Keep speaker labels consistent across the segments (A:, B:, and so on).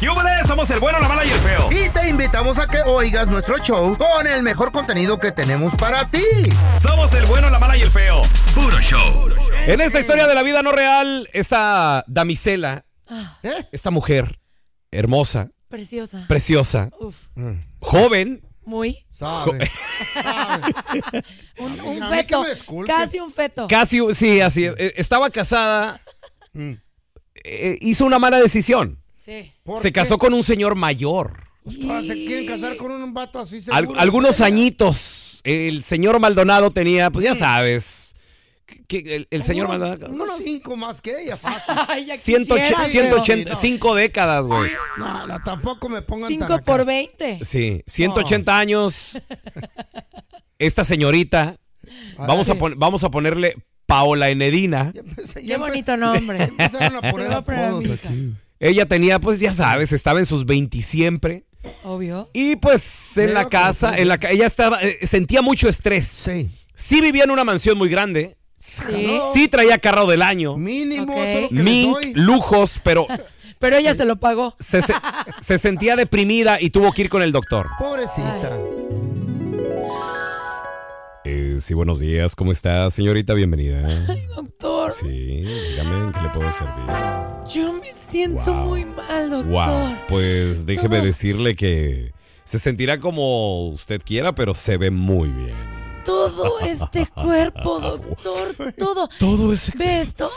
A: ¡Yúbales! Somos el bueno, la mala y el feo.
B: Y te invitamos a que oigas nuestro show con el mejor contenido que tenemos para ti.
A: Somos el bueno, la mala y el feo. Puro show.
C: En esta historia de la vida no real, esta damisela,
B: ¿Eh?
C: esta mujer hermosa,
D: Preciosa.
C: preciosa,
D: Uf.
C: joven,
D: Muy.
B: ¿Sabe?
D: Un, un
B: a mí que
D: feto.
B: me disculpen.
D: Casi un feto.
C: casi, sí, así, eh, estaba casada,
B: Mm.
C: eh, hizo una mala decisión.
D: sí.
B: ¿Por
C: Se
B: qué?
C: casó con un señor mayor.
B: Ah, ¿Se quieren casar con un vato así
C: Al-
B: seguro?
C: algunos añitos. El señor Maldonado tenía, pues ya sabes, que, que el, el señor
B: Uno-
C: Maldonado.
B: Unos cinco más que ella, fácil.
D: Ay, ya
C: 180,
D: quisiera, feo.
C: 185 décadas, güey.
B: No, no, tampoco me pongan tan
D: Cinco
B: acá.
D: por 20.
C: Sí,
B: Oh.
C: 180 años. Esta señorita, vamos a, pon- vamos a ponerle Paola Enedina.
B: Ya empecé- ya
D: Qué
B: empe-
D: bonito nombre.
B: Empezaron a
D: Se
B: poner
D: va a poner a mi
B: apodos
D: hija.
B: aquí.
C: Ella tenía, pues ya sabes, estaba en sus 20 siempre.
D: Obvio.
C: Y pues en la
B: Veo que
C: casa, en la ca- ella estaba, eh, sentía mucho estrés.
B: Sí.
C: Sí vivía en una mansión muy grande.
D: Sí.
C: Sí traía carro del año.
B: Mínimo,
D: Ok.
B: solo que les
C: Mink,
B: doy.
C: lujos, pero
D: Pero ella se lo pagó.
C: se, se- se sentía deprimida y tuvo que ir con el doctor.
B: Pobrecita.
C: Eh, sí, buenos días. ¿Cómo está, señorita? Bienvenida.
D: Doctor,
C: Sí, dígame en qué le puedo servir.
D: yo me siento
C: Wow.
D: muy mal, doctor.
C: Wow, pues déjeme
D: Todo-
C: decirle que se sentirá como usted quiera, pero se ve muy bien.
D: Todo este cuerpo,
B: este
D: doctor, todo.
C: Todo es...
D: ¿Ve esto?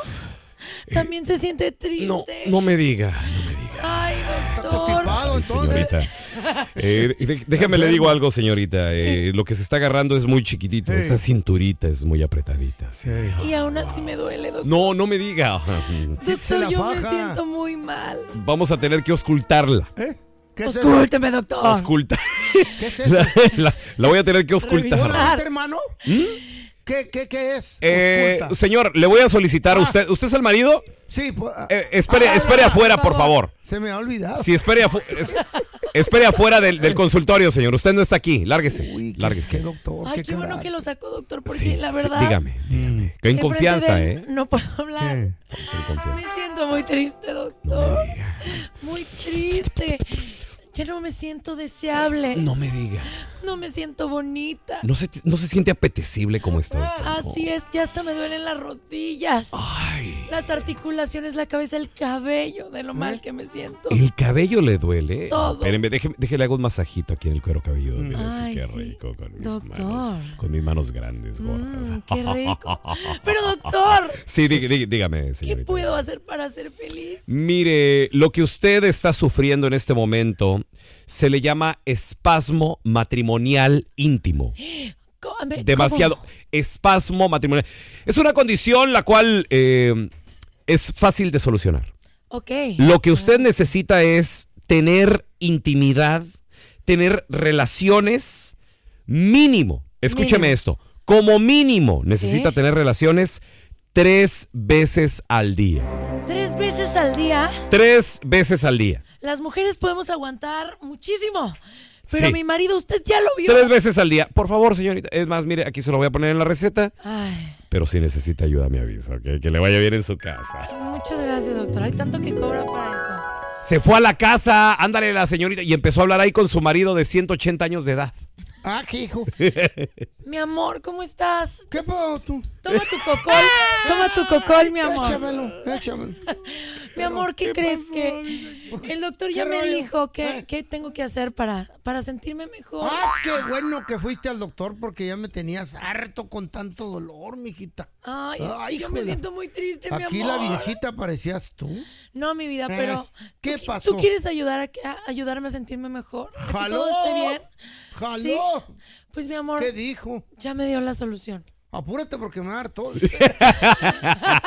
D: También se siente triste.
C: No, no me diga, no me diga.
D: Ay, doctor.
B: Constipado,
C: Ay,
B: entonces.
C: señorita. Eh, dé- déjeme le digo algo, señorita. Eh, lo que se está agarrando es muy chiquitito. Esa cinturita es muy apretadita. sí.
D: Y aún así me duele, doctor.
C: No, no me diga.
B: Quítese la
D: Doctor, yo
B: faja.
D: me siento muy mal.
C: Vamos a tener que auscultarla.
B: ¿Eh? ¿Qué es eso?
D: Oscúlteme, doctor.
C: Ausculta.
B: ¿Qué es eso?
C: La, la- la voy a tener que
D: Revisar.
C: auscultar.
B: ¿Este hermano? ¿Qué, qué, qué es?
C: ¿Mm? Eh,
B: Oculta.
C: señor, le voy a solicitar a usted. ¿Usted es el marido?
B: Sí, po- ah,
C: Eh, espere,
D: Ah,
C: espere
D: por
C: afuera, por
D: favor.
C: favor.
B: se me ha olvidado.
C: Sí, espere, afu- es- espere afuera del, del consultorio, señor. Usted no está aquí. Lárguese.
B: Uy, qué,
C: lárguese.
B: qué doctor,
D: Ay,
B: qué,
D: qué bueno
B: caray.
D: que lo sacó, doctor, porque
C: Sí,
D: la
C: sí,
D: verdad.
C: dígame, dígame. Que en
D: enfrente
C: confianza,
D: de
C: ¿eh?
D: él No puedo hablar.
B: ¿Qué?
C: Estamos en
D: Me
C: confianza.
D: siento muy triste,
C: No
D: doctor.
C: me diga.
D: Muy triste. Ya no me siento deseable.
C: Ah, No me diga.
D: No me siento bonita.
C: No se, no se siente apetecible como está usted.
D: Así es, ya hasta me duelen las rodillas,
C: Ay,
D: las articulaciones, la cabeza, el cabello, de lo
C: ¿Eh?
D: mal que me siento.
C: el cabello le duele. Ah,
D: Todo.
C: Espérenme, déjeme, déjele hago un masajito aquí en el cuero cabelludo. Mire, sí,
D: Ay,
C: qué
D: sí.
C: rico con mis
D: Doctor.
C: manos. Con mis manos grandes, gordas.
D: Mm, qué rico. Pero doctor,
C: Sí, dí- dí- dígame,
D: ¿qué
C: señorita.
D: puedo hacer para ser feliz?
C: Mire, lo que usted está sufriendo en este momento se le llama espasmo matrimonial íntimo.
D: ¿Cómo- a ver,
C: demasiado
D: cómo?
C: espasmo matrimonial. Es una condición la cual eh, es fácil de solucionar.
D: Ok.
C: Lo que usted necesita es tener intimidad, tener relaciones mínimo. Escúcheme
D: Mínimo.
C: esto. Como mínimo necesita
D: Sí.
C: tener relaciones tres veces al día.
D: Tres veces al día,
C: Tres veces al día.
D: las mujeres podemos aguantar muchísimo. Pero
C: Sí.
D: mi marido, usted ya lo vio.
C: Tres veces al día. Por favor, señorita. Es más, mire, aquí se lo voy a poner en la receta.
D: Ay,
C: Pero si necesita ayuda, me avisa, ¿ok? Que le vaya bien en su casa.
D: muchas gracias, doctor. Hay tanto que cobra para
C: Se fue a la casa, ándale la señorita, y empezó a hablar ahí con su marido de 180 años de edad.
B: Ah, qué hijo.
D: eso. Mi amor, ¿cómo estás?
B: ¿Qué puedo tú?
D: Toma tu cocol, toma Ah, tu cocol, mi amor.
B: Échamelo, échamelo.
D: Mi amor, ¿qué, crees que el doctor ya
B: ¿Qué
D: me
B: rollo?
D: dijo que,
B: ¿Eh?
D: que tengo que hacer para, para sentirme mejor?
B: Ah, qué bueno que fuiste al doctor porque ya me tenías harto con tanto dolor, mijita.
D: Ay, es que
B: Ay,
D: yo me
B: híjole.
D: siento muy triste, mi amor.
B: Aquí la viejita parecías tú.
D: No, mi vida, pero
B: Eh, ¿qué
D: ¿tú, qui-
B: pasó?
D: ¿Tú quieres ayudar a, que- a ayudarme a sentirme mejor? ¿A que
B: ¡Jaló!
D: todo esté bien?
B: ¡Jaló!
D: Pues mi amor,
B: ¿Qué dijo?
D: ya me dio la solución.
B: Apúrate porque me va a dar todo.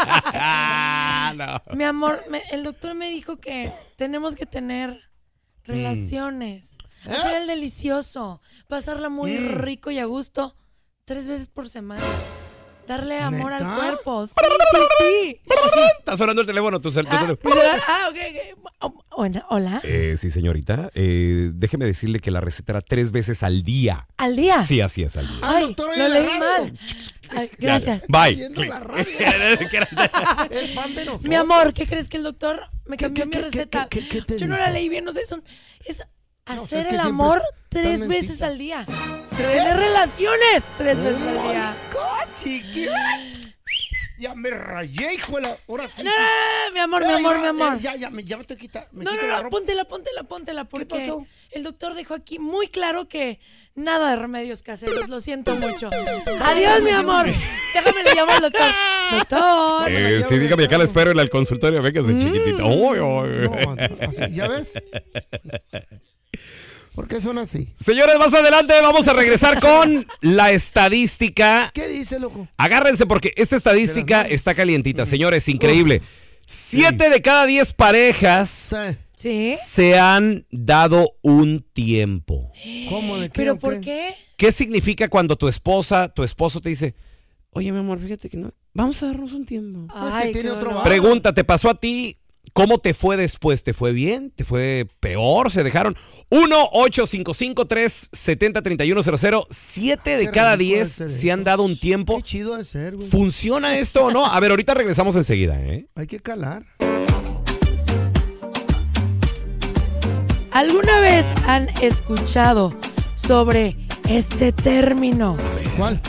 C: Ah, no.
D: Mi amor, me- el doctor me dijo que tenemos que tener
B: Mm.
D: relaciones, hacer el delicioso, pasarla muy
B: Mm.
D: rico y a gusto tres veces por semana. Darle amor
B: ¿Neta?
D: al cuerpo. Sí, sí, sí.
C: Está sonando el teléfono, tu cel- tu
D: Ah,
C: teléfono.
D: ¿verdad? Ah, ok, ok. Oh, bueno, Hola.
C: Eh, sí, señorita. eh, déjeme decirle que la receta era tres veces al día.
D: ¿Al día?
C: Sí, así es, al día.
B: Ah,
D: Ay,
B: doctor, oye
D: lo
B: la
D: leí
B: radio.
D: mal. Ay, gracias.
C: Bye.
B: Viendo la radio.
C: ¿Qué era?
B: Es pan de nosotros.
D: Mi amor, ¿qué crees que el doctor me
B: ¿Qué,
D: cambió
B: qué,
D: mi
B: qué, qué,
D: receta.
B: qué, qué, qué te
D: Yo no
B: dijo?
D: la leí bien, no sé, son, es
B: No, o sea, es
D: hacer
B: que siempre
D: el amor
B: están
D: tres
B: en
D: veces
B: cita.
D: al día.
B: ¿Tres?
D: Tener relaciones tres veces
B: Oh
D: al
B: my
D: día.
B: God, chiqui. Ya me rayé, hijo de la. Ahora sí.
D: No, no, no, no, mi amor, mi
B: Ay,
D: amor,
B: ya, eh,
D: mi amor.
B: Ya, ya, me, ya me estoy quitando.
D: No, no, no, póntela, póntela, póntela, porque
B: pasó?
D: el doctor dejó aquí muy claro que nada de remedios caseros, lo siento mucho. Adiós, mi amor. Déjame le llamo al doctor. Doctor.
C: Eh, sí, dígame, acá la espero en el consultorio. Véngase, chiquitita. Uy,
B: eh.
C: uy.
B: ¿Ya ves? ¿Por qué son así?
C: Señores, más adelante vamos a regresar con la estadística.
B: ¿Qué dice, loco?
C: Agárrense porque esta estadística está calientita, señores, increíble. Siete de cada diez parejas
B: Sí.
D: Sí,
C: se han dado un tiempo.
B: ¿Cómo de qué?
D: pero
B: o
D: ¿por qué?
C: ¿Qué significa cuando tu esposa, tu esposo te dice, oye, mi amor, fíjate que no, vamos a darnos un tiempo?
B: es Pues que
D: Ay,
B: tiene
D: qué
B: otro
D: dolor.
B: vato.
C: Ah. Pregunta, ¿te pasó a ti? ¿Cómo te fue después? ¿Te fue bien? ¿Te fue peor? ¿Se dejaron? 1-855-370-3100. Siete de
B: Qué
C: cada
B: rico
C: 10
B: ese
C: se han
B: beso.
C: dado un tiempo.
B: Qué chido de ser, güey.
C: ¿Funciona esto o no? A ver, ahorita regresamos enseguida, ¿eh?
B: Hay que calar.
D: ¿Alguna vez han escuchado sobre este término
B: ¿Cuál?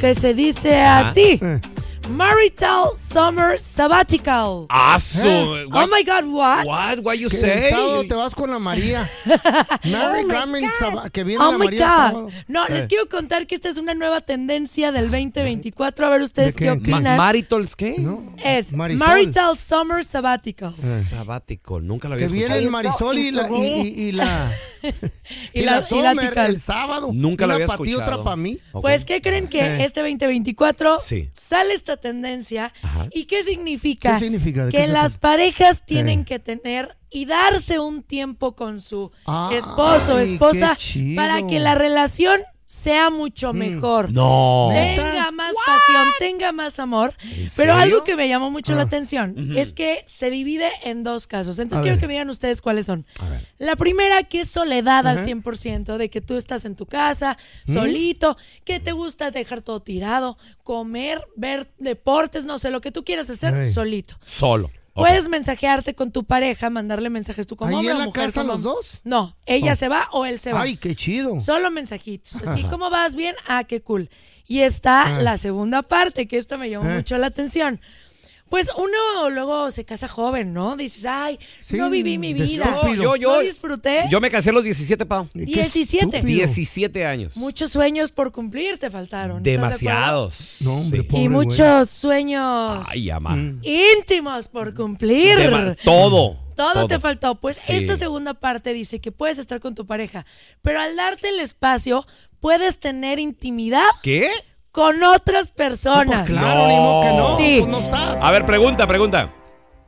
D: que se dice
C: Ah.
D: así?
B: Eh.
D: Marital Summer Sabbatical.
C: Ah, su-
B: ¿Eh?
D: Oh my God, what?
C: What? What you
B: Que
C: say?
B: el sábado te vas con la María. Mary Carmen, Saba- que viene
D: Oh
B: la
D: my
B: María el sábado. Eh,
D: God. No,
C: Eh.
D: les quiero contar que esta es una nueva tendencia del 2024. A ver ustedes
B: Ah, ¿De
D: qué,
B: qué?
C: Ma-
D: opinan.
C: ¿Maritols qué?
B: No,
D: es
B: Marisol. Eh.
D: Marital Summer Sabbatical.
C: Sabático, nunca lo había
B: Que viene el
C: escuchado.
B: Marisol y la, y, y- y la,
D: Y, la, y la
B: Summer
D: Tical.
B: el sábado.
C: Nunca lo
B: Una
C: había
B: para ti,
C: escuchado.
B: otra para mí.
C: Ok.
D: Pues, ¿qué creen que
B: Eh.
D: este 2024
C: Sí.
D: sale esta tendencia?
C: Ajá.
D: ¿Y qué significa?
B: ¿Qué significa? ¿De
D: Que
B: qué se
D: las
B: trata?
D: parejas tienen
B: Eh.
D: que tener y darse un tiempo con su
B: Ah,
D: esposo o
B: ay, qué
D: esposa
B: chido. Mm.
D: para que la relación sea mucho mejor.
C: No.
B: Oh.
D: Tenga más pasión, tenga más amor. Pero
C: serio?
D: algo que me llamó mucho la atención es que se divide en dos casos. Entonces
B: Ah. A
D: quiero
B: ver.
D: que me digan ustedes cuáles son.
C: ver.
D: La primera, que es soledad al 100%, de que tú estás en tu casa, solito, que te gusta dejar todo tirado, comer, ver deportes, no sé, lo que tú quieras hacer
B: Ey.
D: solito.
C: Solo. Ok.
D: Puedes mensajearte con tu pareja, mandarle mensajes tú como
B: ¿Ahí
D: hombre
B: en
D: o
B: la
D: mujer
B: casa
D: como
B: los
D: hombre.
B: dos?
D: No, ella se va o él se va.
B: Ay, qué chido.
D: Solo mensajitos. Así, ¿cómo vas? Bien. Ah, qué cool. Y está la segunda parte, que esta me llamó
B: Ah. Eh.
D: mucho la atención. Pues uno luego se casa joven, ¿no? Dices, ay,
B: Sí,
D: no viví mi
B: de
D: vida.
B: estúpido.
D: Yo, No disfruté.
C: Yo me casé a los 17, Pau.
B: Qué
D: 17.
B: estúpido.
C: 17 años.
D: Muchos sueños por cumplir te faltaron. ¿estás de acuerdo?
C: Demasiados.
B: No, hombre, Mm. po-
D: Y
B: Pobre
D: muchos sueños
C: Ay, ama.
D: íntimos por cumplir.
C: Dema- todo.
D: Todo, te faltó. Pues
C: Sí.
D: esta segunda parte dice que puedes estar con tu pareja, pero al darte el espacio puedes tener intimidad
C: ¿Qué?
D: con otras personas.
B: pues Claro, ni modo que no.
D: Sí.
B: pues no
D: Ah,
B: estás.
C: A ver, pregunta, pregunta.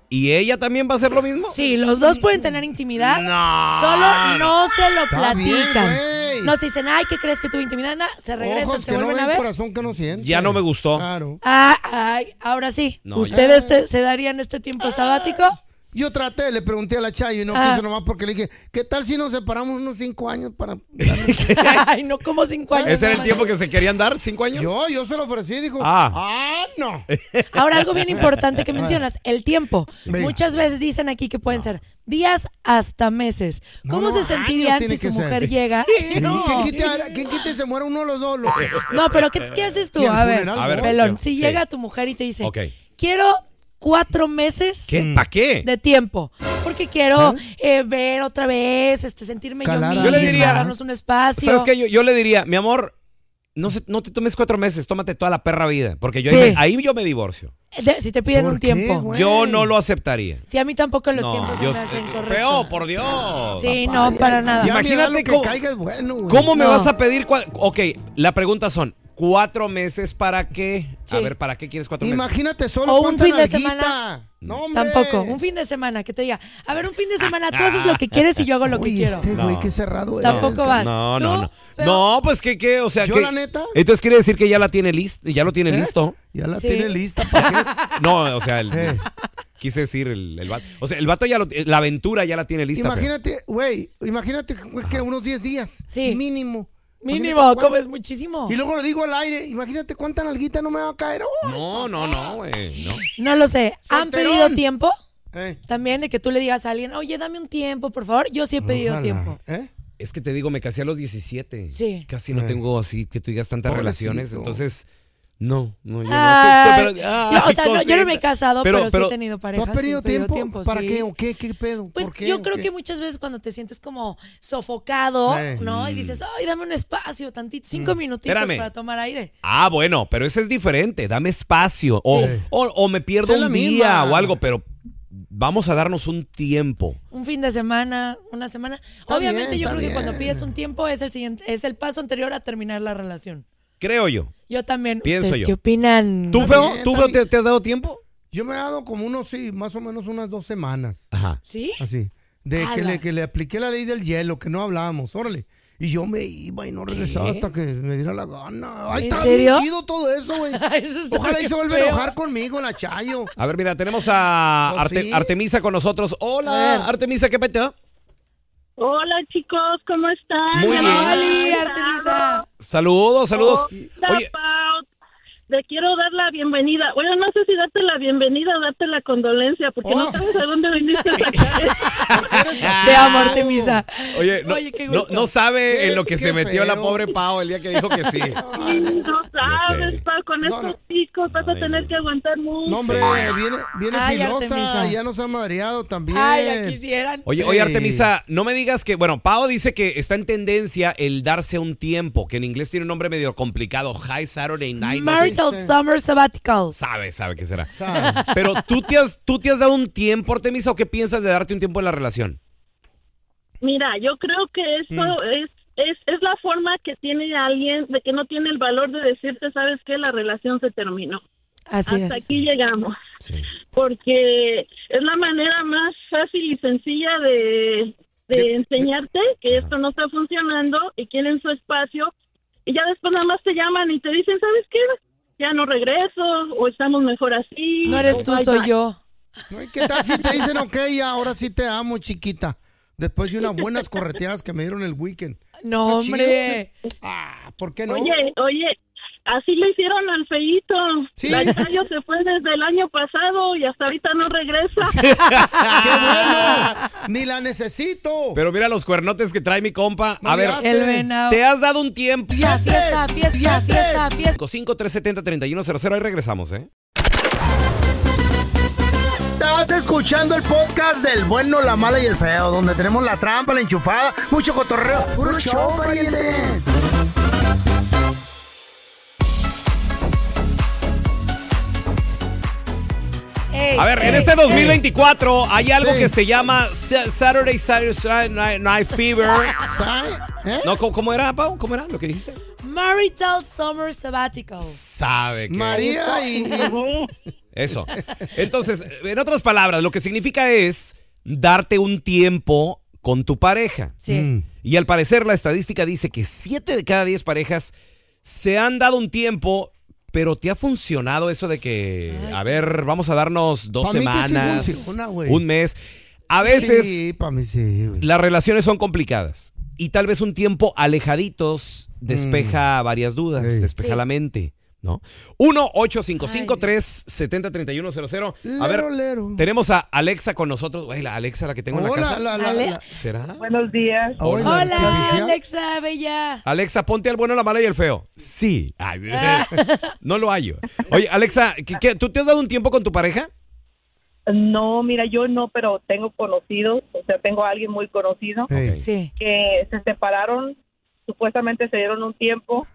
C: ¿Y ella también va a hacer lo mismo?
D: Sí, los dos pueden tener intimidad.
C: No.
D: Solo no se lo
B: Está bien,
D: platican.
B: güey.
D: no se dicen, ay, ¿qué crees que tu intimidad? Nada, se regresan,
B: Ojos
D: se
B: que no
D: vuelven
B: ven,
D: a ver.
B: corazón que no siente.
C: Ya no me gustó.
B: Claro.
D: Ah, ay, ahora sí.
C: No, ya.
D: ¿Ustedes te- se darían este tiempo sabático?
B: Yo traté, le pregunté a la Chayo y no
D: Ah.
B: quiso nomás porque le dije, ¿qué tal si nos separamos unos cinco años para...
D: ay, no, como cinco años.
C: ¿Ese era el
D: nomás.
C: tiempo que se querían dar? ¿Cinco años?
B: Yo, yo se lo ofrecí, dijo,
C: Ah.
B: ah, no.
D: Ahora, algo bien importante que mencionas, el tiempo.
B: Venga.
D: Muchas veces dicen aquí que pueden ser días hasta meses.
B: No,
D: ¿Cómo
B: no,
D: se
B: años
D: sentirían
B: tiene
D: si su
B: que ser.
D: mujer llega? No.
B: ¿Quién quita, quién quita y se muere uno de los dos?
C: Ah.
B: loco?
D: No, pero ¿qué, qué haces tú?
B: Ni al
D: A ver,
B: funeral
C: A ver, voy.
D: pelón,
C: sí.
D: si llega tu mujer y te dice,
C: Ok.
D: quiero cuatro meses
C: ¿Qué? ¿Ah? ¿Para qué?
D: de tiempo, porque quiero eh, ver otra vez, este, sentirme
B: Calar a
D: yo misma,
B: Yo le
C: diría-
D: darnos un espacio.
C: Pues, ¿Sabes qué? Yo, yo le diría, mi amor, no, se- no te tomes cuatro meses, tómate toda la perra vida. Porque yo
D: Sí.
C: ahí, me- ahí yo me divorcio.
D: De- si te piden
B: ¿Por
D: un
B: qué,
D: tiempo.
B: güey?
C: Yo no lo aceptaría.
D: Si a mí tampoco los
C: no,
D: tiempos se
C: yo-
D: me hacen
C: eh,
D: correctos.
C: Feo, por Dios.
D: Sí, no, para nada.
B: Ya a mi edad lo
C: Imagínate
B: que
C: cómo-
B: caiga es bueno, güey.
C: ¿Cómo me
D: No.
C: vas a pedir? cua- Ok, la pregunta son, ¿cuatro meses para qué?
D: Sí.
C: A ver, ¿para qué quieres cuatro meses?
B: Imagínate
D: O
B: solo
D: un
B: cuánta
D: fin de
B: nalguita.
D: semana.
B: No, hombre.
D: Tampoco, un fin de semana, que te diga, a ver, un fin de semana, tú haces lo que quieres y yo hago lo que
B: Oye,
D: quiero.
B: este güey,
C: No.
B: qué cerrado eres.
D: Tampoco vas.
C: No,
D: ¿Tú,
C: no, no.
D: feo?
C: No, pues que qué, o sea
B: Yo,
C: que-
B: la neta.
C: Entonces quiere decir que ya la tiene listo, ya lo tiene
B: ¿Eh?
C: listo.
B: Ya la
D: Sí.
B: tiene lista para qué.
C: No, o sea, el-
B: Eh.
C: quise decir el, el vato. O sea, el vato ya lo eh, la aventura ya la tiene lista. feo.
B: Imagínate, güey, imagínate güey, que unos 10 días.
D: Sí.
B: Mínimo.
D: Mínimo,
B: Imagínate cuán-
D: comes muchísimo.
B: Y luego lo digo al aire, imagínate cuánta nalguita no me va a caer. ¡Oh!
C: No, no, no, güey. No.
D: No lo sé. ¿Han
B: Solterón.
D: pedido tiempo?
B: Eh.
D: También de que tú le digas a alguien, oye, dame un tiempo, por favor. Yo sí he pedido
B: Ojalá.
D: tiempo.
B: ¿Eh?
C: Es que te digo, me casé a los 17.
D: Sí.
C: Casi no
B: Eh.
C: tengo así que tú digas tantas
B: Pobrecito.
C: relaciones. Entonces, no, no, yo no.
D: Ay,
C: Tú- tú- pero-
B: ah,
C: ah,
D: yo, o sea, no, yo no me he
C: cosita.
D: casado, pero,
C: Pero-
D: sí
C: pero-
D: he tenido
B: ¿Tú
D: parejas.
B: has
D: que
B: perdido
D: han pedido
B: tiempo? ¿Para
D: sí.
B: qué o qué? ¿Qué pedo?
D: Pues
B: ¿Por qué
D: yo
B: o
D: creo
B: qué?
D: que muchas veces cuando te sientes como sofocado,
B: Eh.
D: ¿no? Y dices, ay, dame un espacio, tantito,
B: Mm.
D: cinco minutitos
C: Espérame.
D: para tomar aire.
C: Ah, bueno, pero ese es diferente. Dame espacio. O,
B: Sí.
C: o- o me pierdo
B: Es la
C: un día
B: misma.
C: o algo, pero vamos a darnos un tiempo.
D: Un fin de semana, una semana.
B: Está
D: Obviamente
B: bien,
D: yo
B: está
D: creo que cuando
B: bien.
D: pides un tiempo es el siguiente, es el paso anterior a terminar la relación.
C: Creo yo.
D: Yo también.
C: Pienso
D: ¿Ustedes
C: yo.
D: qué opinan?
C: ¿Tú,
B: Está
C: Feo?
B: bien,
C: ¿Tú,
B: está
C: Feo, te, te has dado tiempo?
B: Yo me he dado como unos, sí, más o menos unas dos semanas.
C: Ajá.
D: ¿Sí?
B: Así. De que
D: Ala.
B: le, que le apliqué la ley del hielo, que no hablábamos, órale. Y yo me iba y no regresaba hasta que me diera la gana. Ay,
D: ¿En
B: está bien
D: serio?
B: chido todo eso, güey.
D: Eso está
B: Ojalá y
D: bien
B: se vuelva a
D: feo.
B: enojar conmigo, la Chayo.
C: A ver, mira, tenemos a
B: Pues
C: Arte-
B: sí.
C: Artemisa con nosotros.
D: A
C: Hola,
D: ver.
C: Artemisa, ¿qué peteo?
E: Hola chicos, ¿cómo están?
C: Muy bien.
D: ¡Oli, Artemisa!
C: Saludos, saludos.
E: Oh,
C: Oye,
E: Oye. Te quiero dar la bienvenida. Bueno, no sé si darte la bienvenida o darte la condolencia, porque
B: Oh.
E: no sabes a dónde viniste a sacar
D: Te amo, Artemisa.
C: oye, no,
D: qué
C: no-
D: gusto.
C: no sabe
B: Qué-
C: en lo que
B: qué
C: se metió la
B: feo.
C: pobre Pau el día que dijo que sí.
E: aquí. No
C: sé.
E: sabes, pa, con
B: No,
E: estos
B: no.
E: chicos vas a
C: Ay,
E: tener
C: no.
E: que aguantar mucho.
B: No, hombre, viene, viene
D: Ay,
B: filosa,
D: Artemisa.
B: ya nos ha madreado también.
D: Ay, ya quisieran.
C: Oye,
B: Sí.
C: oye, Artemisa, no me digas que, bueno, Pau dice que está en tendencia el darse un tiempo, que en inglés tiene un nombre medio complicado, High Saturday Night. no sé.
D: Marital Summer Sabbaticals.
C: Sabe, sabe qué será. Pero tú te has, tú te has dado un tiempo, Artemisa, o qué piensas de darte un tiempo en la relación?
E: Mira, yo creo que esto es, es, es la forma que tiene alguien de que no tiene el valor de decirte, ¿sabes qué? La relación se terminó.
D: Así
E: Hasta
D: es.
E: aquí llegamos.
C: Sí.
E: porque es la manera más fácil y sencilla de, de enseñarte que esto no está funcionando y quieren su espacio y ya después nada más te llaman y te dicen, ¿sabes qué? Ya no regreso o estamos mejor así.
D: No eres
E: o
D: tú,
E: bye,
D: soy
E: bye".
D: yo.
B: Ay, ¿Qué tal si te dicen, ok, ya, ahora sí te amo, chiquita? Después de unas buenas correteadas que me dieron el weekend.
D: No,
B: Está
D: hombre.
B: Ah, ¿por qué no?
E: Oye, oye, así le hicieron al feíto.
B: Sí.
E: La Chayo se fue desde el año pasado y hasta ahorita no regresa.
B: ¡Qué bueno! ¡Ni la necesito!
C: Pero mira los cuernotes que trae mi compa.
B: No
C: A
B: me
C: ver,
B: hagas.
D: El venado.
C: te has dado un tiempo.
D: Fiesta, fiesta, fiesta, fiesta, fiesta.
C: 5370-3100, ahí regresamos, ¿eh?
B: Estás escuchando el podcast del bueno, la mala y el feo, donde tenemos la trampa, la enchufada, mucho cotorreo. ¡Puro show, pariente!
D: Ey,
C: A ver, en
D: ey,
C: este
D: ey.
C: 2024 hay algo
B: Eh, Sí.
C: que se llama Sa- Saturday, Saturday Night- Night Fever.
B: ¿Sabes? ¿Eh?
C: No, ¿cómo, cómo era, Pau? ¿Cómo era lo que dijiste?
D: Marital Summer Sabbatical.
C: Sabe que...
B: María y...
C: Eso. Entonces, en otras palabras, lo que significa es darte un tiempo con tu pareja.
D: Sí.
C: Y al parecer la estadística dice que 7 de cada 10 parejas se han dado un tiempo, pero ¿te ha funcionado eso de que, a ver, vamos a darnos dos
B: Pa' mí que sí
C: semanas,
B: funciona, güey.
C: un mes? A veces
B: Sí, pa' mí sí, güey.
C: las relaciones son complicadas y tal vez un tiempo alejaditos despeja varias dudas,
B: Mm. Sí.
C: despeja
D: Sí.
C: la mente, ¿no? 1
D: Ay,
C: 855 370 3100 A
B: Lero,
C: ver,
B: lero.
C: tenemos a Alexa con nosotros. Güey, la Alexa, la que tengo en la
B: Hola,
C: casa.
B: la- la-
D: Ale-
B: la-
C: ¿Será?
F: Buenos días.
D: Oh.
B: Hola,
D: Hola,
B: artificial.
D: Alexa, bella.
C: Alexa, ponte al bueno, la mala y el feo. Sí. Ay,
D: Ah.
C: no lo hallo. Oye, Alexa, ¿qué- qué- ¿tú te has dado un tiempo con tu pareja?
F: No, mira, yo no, pero tengo conocidos, o sea, tengo a alguien muy conocido
B: Ey.
C: Ok.
D: Sí.
F: que se separaron, supuestamente se dieron un tiempo,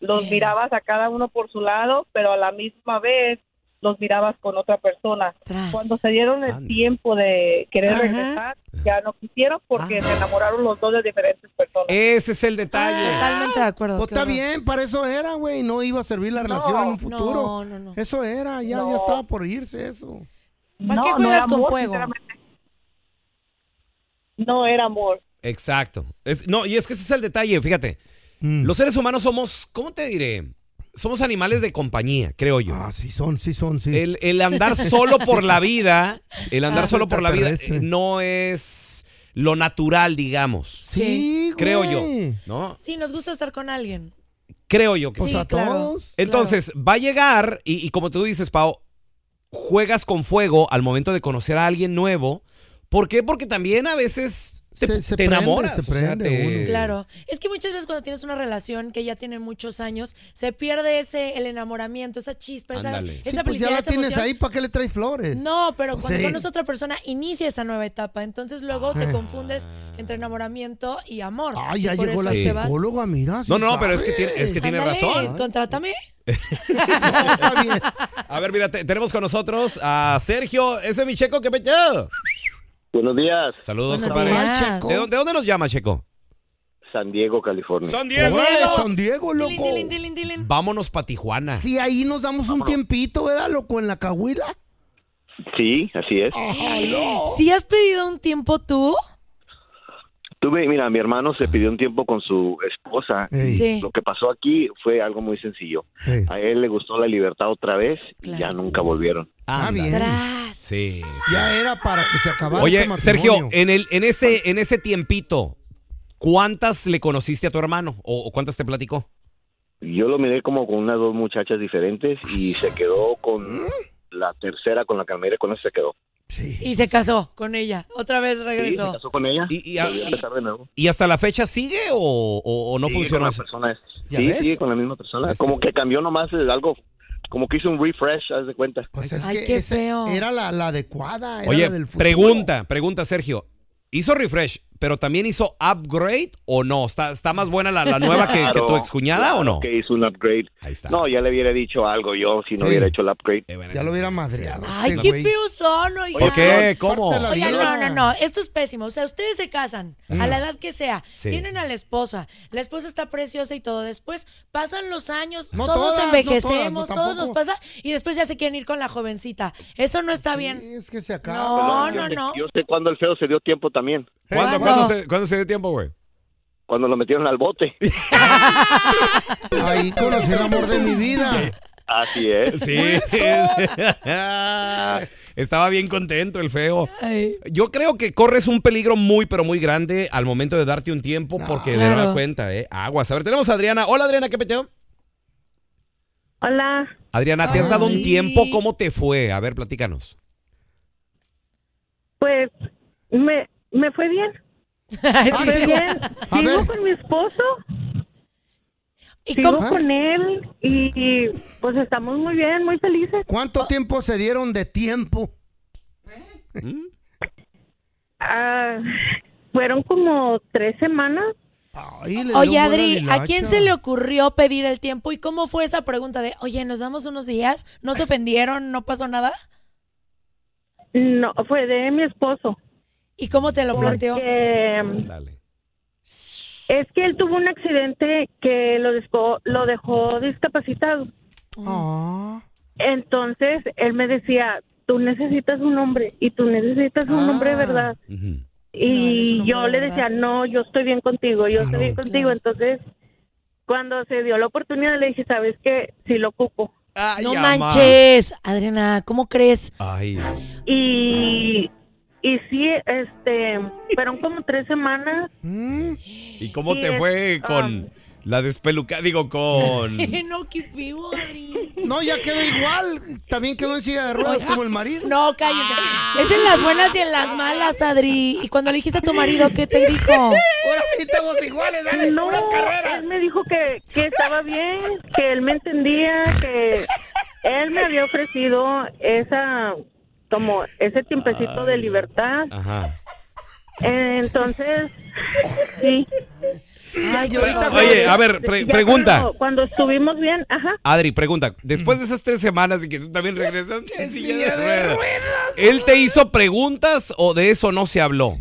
F: los mirabas a cada uno por su lado, pero a la misma vez los mirabas con otra persona.
D: Tras.
F: Cuando se dieron el
C: Anda.
F: tiempo de querer
B: Ajá.
F: regresar, ya no quisieron
D: Ah.
F: porque se enamoraron los dos de diferentes personas.
D: Eh,
C: Ese es el detalle.
D: Totalmente de acuerdo.
B: Pues
D: Oh, qué
B: está
D: horror.
B: bien, para eso era, güey. No iba a servir la relación en un futuro.
D: No, no, no.
B: Eso era, ya,
F: No.
B: ya estaba por irse eso.
D: ¿Para qué
F: No, no
D: juegas
F: era
D: con
F: amor,
D: fuego?
F: sinceramente. No era amor.
C: Exacto. Es- no, y es que ese es el detalle, fíjate.
B: Mm.
C: Los seres humanos somos, ¿cómo te diré? Somos animales de compañía, creo yo. Eh,
B: Ah, sí son, sí son, sí. Ah,
C: El, el andar solo por la vida, el andar solo por la vida
B: Extraterrestre.
C: eh, no es lo natural, digamos.
B: Sí, güey.
C: Creo yo, ¿no?
D: Sí, nos gusta estar con alguien.
C: Creo yo que
B: Pues
C: sí.
D: Sí,
B: a
D: claro.
B: todos.
C: Entonces, va a llegar, y, y como tú dices, Pau, juegas con fuego al momento de conocer a alguien nuevo. ¿Por qué? Porque también a veces te,
B: Se- se
C: te
B: prende,
C: enamoras.
B: se
C: o sea,
B: prende
C: te-
B: uno.
D: Claro, es que muchas veces cuando tienes una relación que ya tiene muchos años, se pierde ese el enamoramiento, esa chispa, esa,
C: Ándale.
D: esa
B: Sí, pues
D: felicidad.
B: ya la
D: esa
B: tienes
D: emoción.
B: ahí, pues. ¿para qué le traes flores?
D: No, pero
B: O
D: cuando
B: sea,
D: conoces a otra persona inicia esa nueva etapa, entonces luego te confundes entre enamoramiento y amor.
B: Ah. Ay,
D: Y
B: ya
D: por
B: llegó
D: eso
B: la
C: Sí.
D: te vas.
B: psicóloga, mira. sí
C: No, no, no, pero es que
B: sabe.
C: tiene, es que tiene
D: Ándale,
C: razón.
D: Contrátame.
B: Está bien.
C: A ver, mira, te- tenemos con nosotros a Sergio. Ese es mi checo que pecho.
G: Buenos días,
C: Saludos,
D: Buenos
C: compadre.
D: días.
C: Ay, Checo. ¿De, dónde- de dónde nos llama, Checo?
G: San Diego, California.
C: Son
B: Órale, San Diego,
D: Dilin,
B: loco.
D: dilin, dilin, dilin.
C: Vámonos para Tijuana.
B: Sí, ahí nos damos un tiempito, ¿verdad, loco? En la cahuila.
G: Sí, así es.
D: Oh. ¿Sí has pedido un tiempo tú?
G: Tuve, mira, mi hermano se pidió un tiempo con su esposa.
B: Ey.
D: Sí.
G: Lo que pasó aquí fue algo muy sencillo.
B: Ey.
G: A él le gustó la libertad otra vez y ya
D: Claro.
G: nunca volvieron.
B: Ah,
C: Ándale.
B: bien.
D: Tras.
C: Sí.
B: Ya era para que se acabara
C: Oye,
B: ese matrimonio.
C: Sergio, eh, en, el, en, ese, en ese tiempito, ¿cuántas le conociste a tu hermano? ¿O, o cuántas te platicó?
G: Yo lo miré como con unas dos muchachas diferentes y se quedó con la tercera con la que me miré, con esa se quedó.
B: Sí.
D: Y se casó con ella. Otra vez
G: Sí, se
D: regresó.
G: casó con ella.
C: Y- y a-
G: Volvió a empezar de nuevo.
C: ¿Y hasta la fecha sigue o, o- o no
G: Sigue
C: funcionó
G: con la
C: eso?
G: persona esa.
B: ¿Ya
G: Sí,
B: ves? Pues
G: sigue con la misma persona.
C: ¿Ves?
G: Como que cambió nomás el algo, como que hizo un refresh, haz de cuenta.
B: Pues es
D: Ay,
B: que
D: qué
B: esa
D: feo.
B: Era la, la adecuada. Era la
C: Oye,
B: del futuro.
C: pregunta, pregunta, Sergio. ¿Hizo refresh, pero también hizo upgrade o no? ¿Está, está más buena la, la nueva que, que tu
G: Claro,
C: excuñada o
G: claro
C: no?
G: Que hizo un upgrade.
C: Ahí está.
G: No, ya le hubiera dicho algo yo si no
B: Sí.
G: hubiera hecho el upgrade.
C: Eh, bueno,
B: Ya
C: ese
B: lo
C: sí.
B: hubiera madreado.
D: Ay,
B: este
D: qué
B: güey.
D: feo son, oigan.
C: ¿Por qué? ¿Cómo?
B: Parte de la
D: Oigan,
B: vida.
D: no, no, no, esto es pésimo. O sea, ustedes se casan a la edad que sea,
C: Sí.
D: tienen a la esposa, la esposa está preciosa y todo. Después pasan los años,
B: No
D: todos
B: todas, no todas, no
D: envejecemos, todos nos
B: tampoco.
D: pasa y después ya se quieren ir con la jovencita. Eso no está
B: Sí,
D: bien.
B: es que se acaba.
D: No,
G: Yo
D: no,
G: sé-
D: no.
G: Yo sé cuándo el feo se dio tiempo también,
C: ¿Cuándo,
D: Wow.
C: cuándo se, cuándo se dio tiempo, güey?
G: cuando lo metieron al bote.
B: Ahí conocí el amor de mi vida.
G: Así es.
C: Sí. Estaba bien contento el feo.
D: Ay.
C: Yo creo que corres un peligro muy, pero muy grande al momento de darte un tiempo, porque de
D: Claro.
C: nueva cuenta, ¿eh? Aguas. A ver, tenemos a Adriana. Hola, Adriana, ¿qué peteo?
E: Hola,
C: Adriana, ¿te has dado un
D: Ay.
C: tiempo? ¿Cómo te fue? A ver, platícanos.
E: pues me, me fue bien, ¿eh?
B: Ay,
E: fue bien.
B: A
E: Sigo
B: ver.
E: con mi esposo,
D: ¿Y
E: sigo
D: cómo?
E: con él y, y, pues estamos muy bien, muy felices.
B: ¿Cuánto tiempo se dieron de tiempo?
E: Ah, fueron como tres semanas.
B: Ay, le
D: Oye,
B: dio buena
D: Adri, ¿a quién
B: lilacha.
D: se le ocurrió pedir el tiempo? ¿Y cómo fue esa pregunta de, oye, nos damos unos días? ¿No se ofendieron? ¿No pasó nada?
E: No, fue de mi esposo.
D: ¿Y cómo te lo planteó?
E: Porque mm,
C: Dale.
E: es que él tuvo un accidente que lo dejó, lo dejó discapacitado.
B: Ah.
E: Entonces él me decía, tú necesitas un hombre y tú necesitas un
B: Ah.
E: hombre, ¿verdad?
C: Ujú.
D: No, eres un
E: Y
D: hombre
E: yo
D: de
E: le
D: verdad.
E: decía, no, yo estoy bien contigo, yo estoy bien
B: Claro.
E: contigo. Entonces, cuando se dio la oportunidad, le dije, ¿sabes qué? Sí lo ocupo.
C: Ay,
D: No
C: ama.
D: manches, Adriana, ¿cómo crees?
C: Ay.
E: Y, y sí, este, fueron como tres semanas.
B: Mm.
C: ¿Y cómo
E: Sí,
C: te
E: es- um,
C: fue con la despeluca? Digo, con...
D: no, qué feo, Adri.
B: No, ya quedó igual. También quedó en silla de ruedas como el marido.
D: No, cállense. Es en las buenas y en las malas, Adri. Y cuando le dijiste a tu marido, ¿qué te dijo?
B: Ahora sí estamos iguales, dale.
E: No,
B: puras carreras.
E: él me dijo que, que estaba bien, que él me entendía, que él me había ofrecido esa como ese tiempecito de libertad.
D: Ah.
C: Ajá.
E: Entonces, sí.
D: Ay, qué
B: ahorita
D: horror.
C: Oye, a ver, pre-
E: Ya
C: pregunta.
E: Cuando, cuando estuvimos bien, ajá.
C: Adri, pregunta,
D: Mm.
C: después de esas tres semanas y que tú también regresaste en silla de ruedas, ¿él te hizo preguntas o de eso no se habló?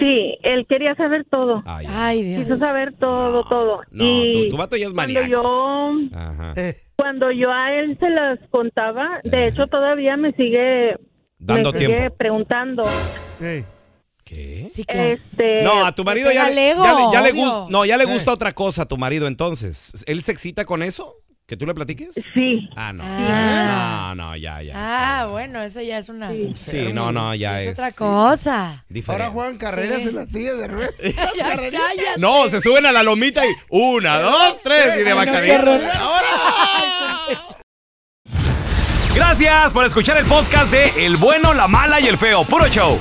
E: Sí, él quería saber todo.
C: Ay,
D: Ay,
E: Quiso
D: Dios.
E: saber todo, todo.
C: Ah. no,
E: y
C: tu- tu vato ya es
E: cuando
C: maníaco.
E: yo,
C: Ajá.
B: Eh,
E: cuando yo a él se las contaba, de hecho todavía me sigue,
C: Eh. Dando
E: me sigue
C: tiempo.
E: preguntando.
B: eh.
C: ¿Qué?
D: Sí, claro.
E: Este,
C: No, a tu
D: le
C: marido
D: pega
C: ya
D: al
C: le,
D: ego,
C: ya le- ya le
D: obvio.
C: gus- no, ya le
B: Eh.
C: gusta otra cosa a tu marido entonces. ¿Él se excita con eso? ¿Que tú le platiques?
E: sí.
C: Ah, no.
D: Ah.
C: No, no, ya, ya.
D: Ah, bueno, eso ya es una. Es
C: Sí, no, no, ya es.
D: otra cosa.
C: diferente.
B: Ahora juegan carreras
D: Sí.
B: en la silla de ruedas.
D: Ya cállate.
C: No, se suben a la lomita y una, dos, tres y de
D: Ay, no, qué
C: bacardí.
D: horror.
C: Ahora.
D: Ay, son pesos.
C: Gracias por escuchar el podcast de El bueno, la mala y el feo. Puro show.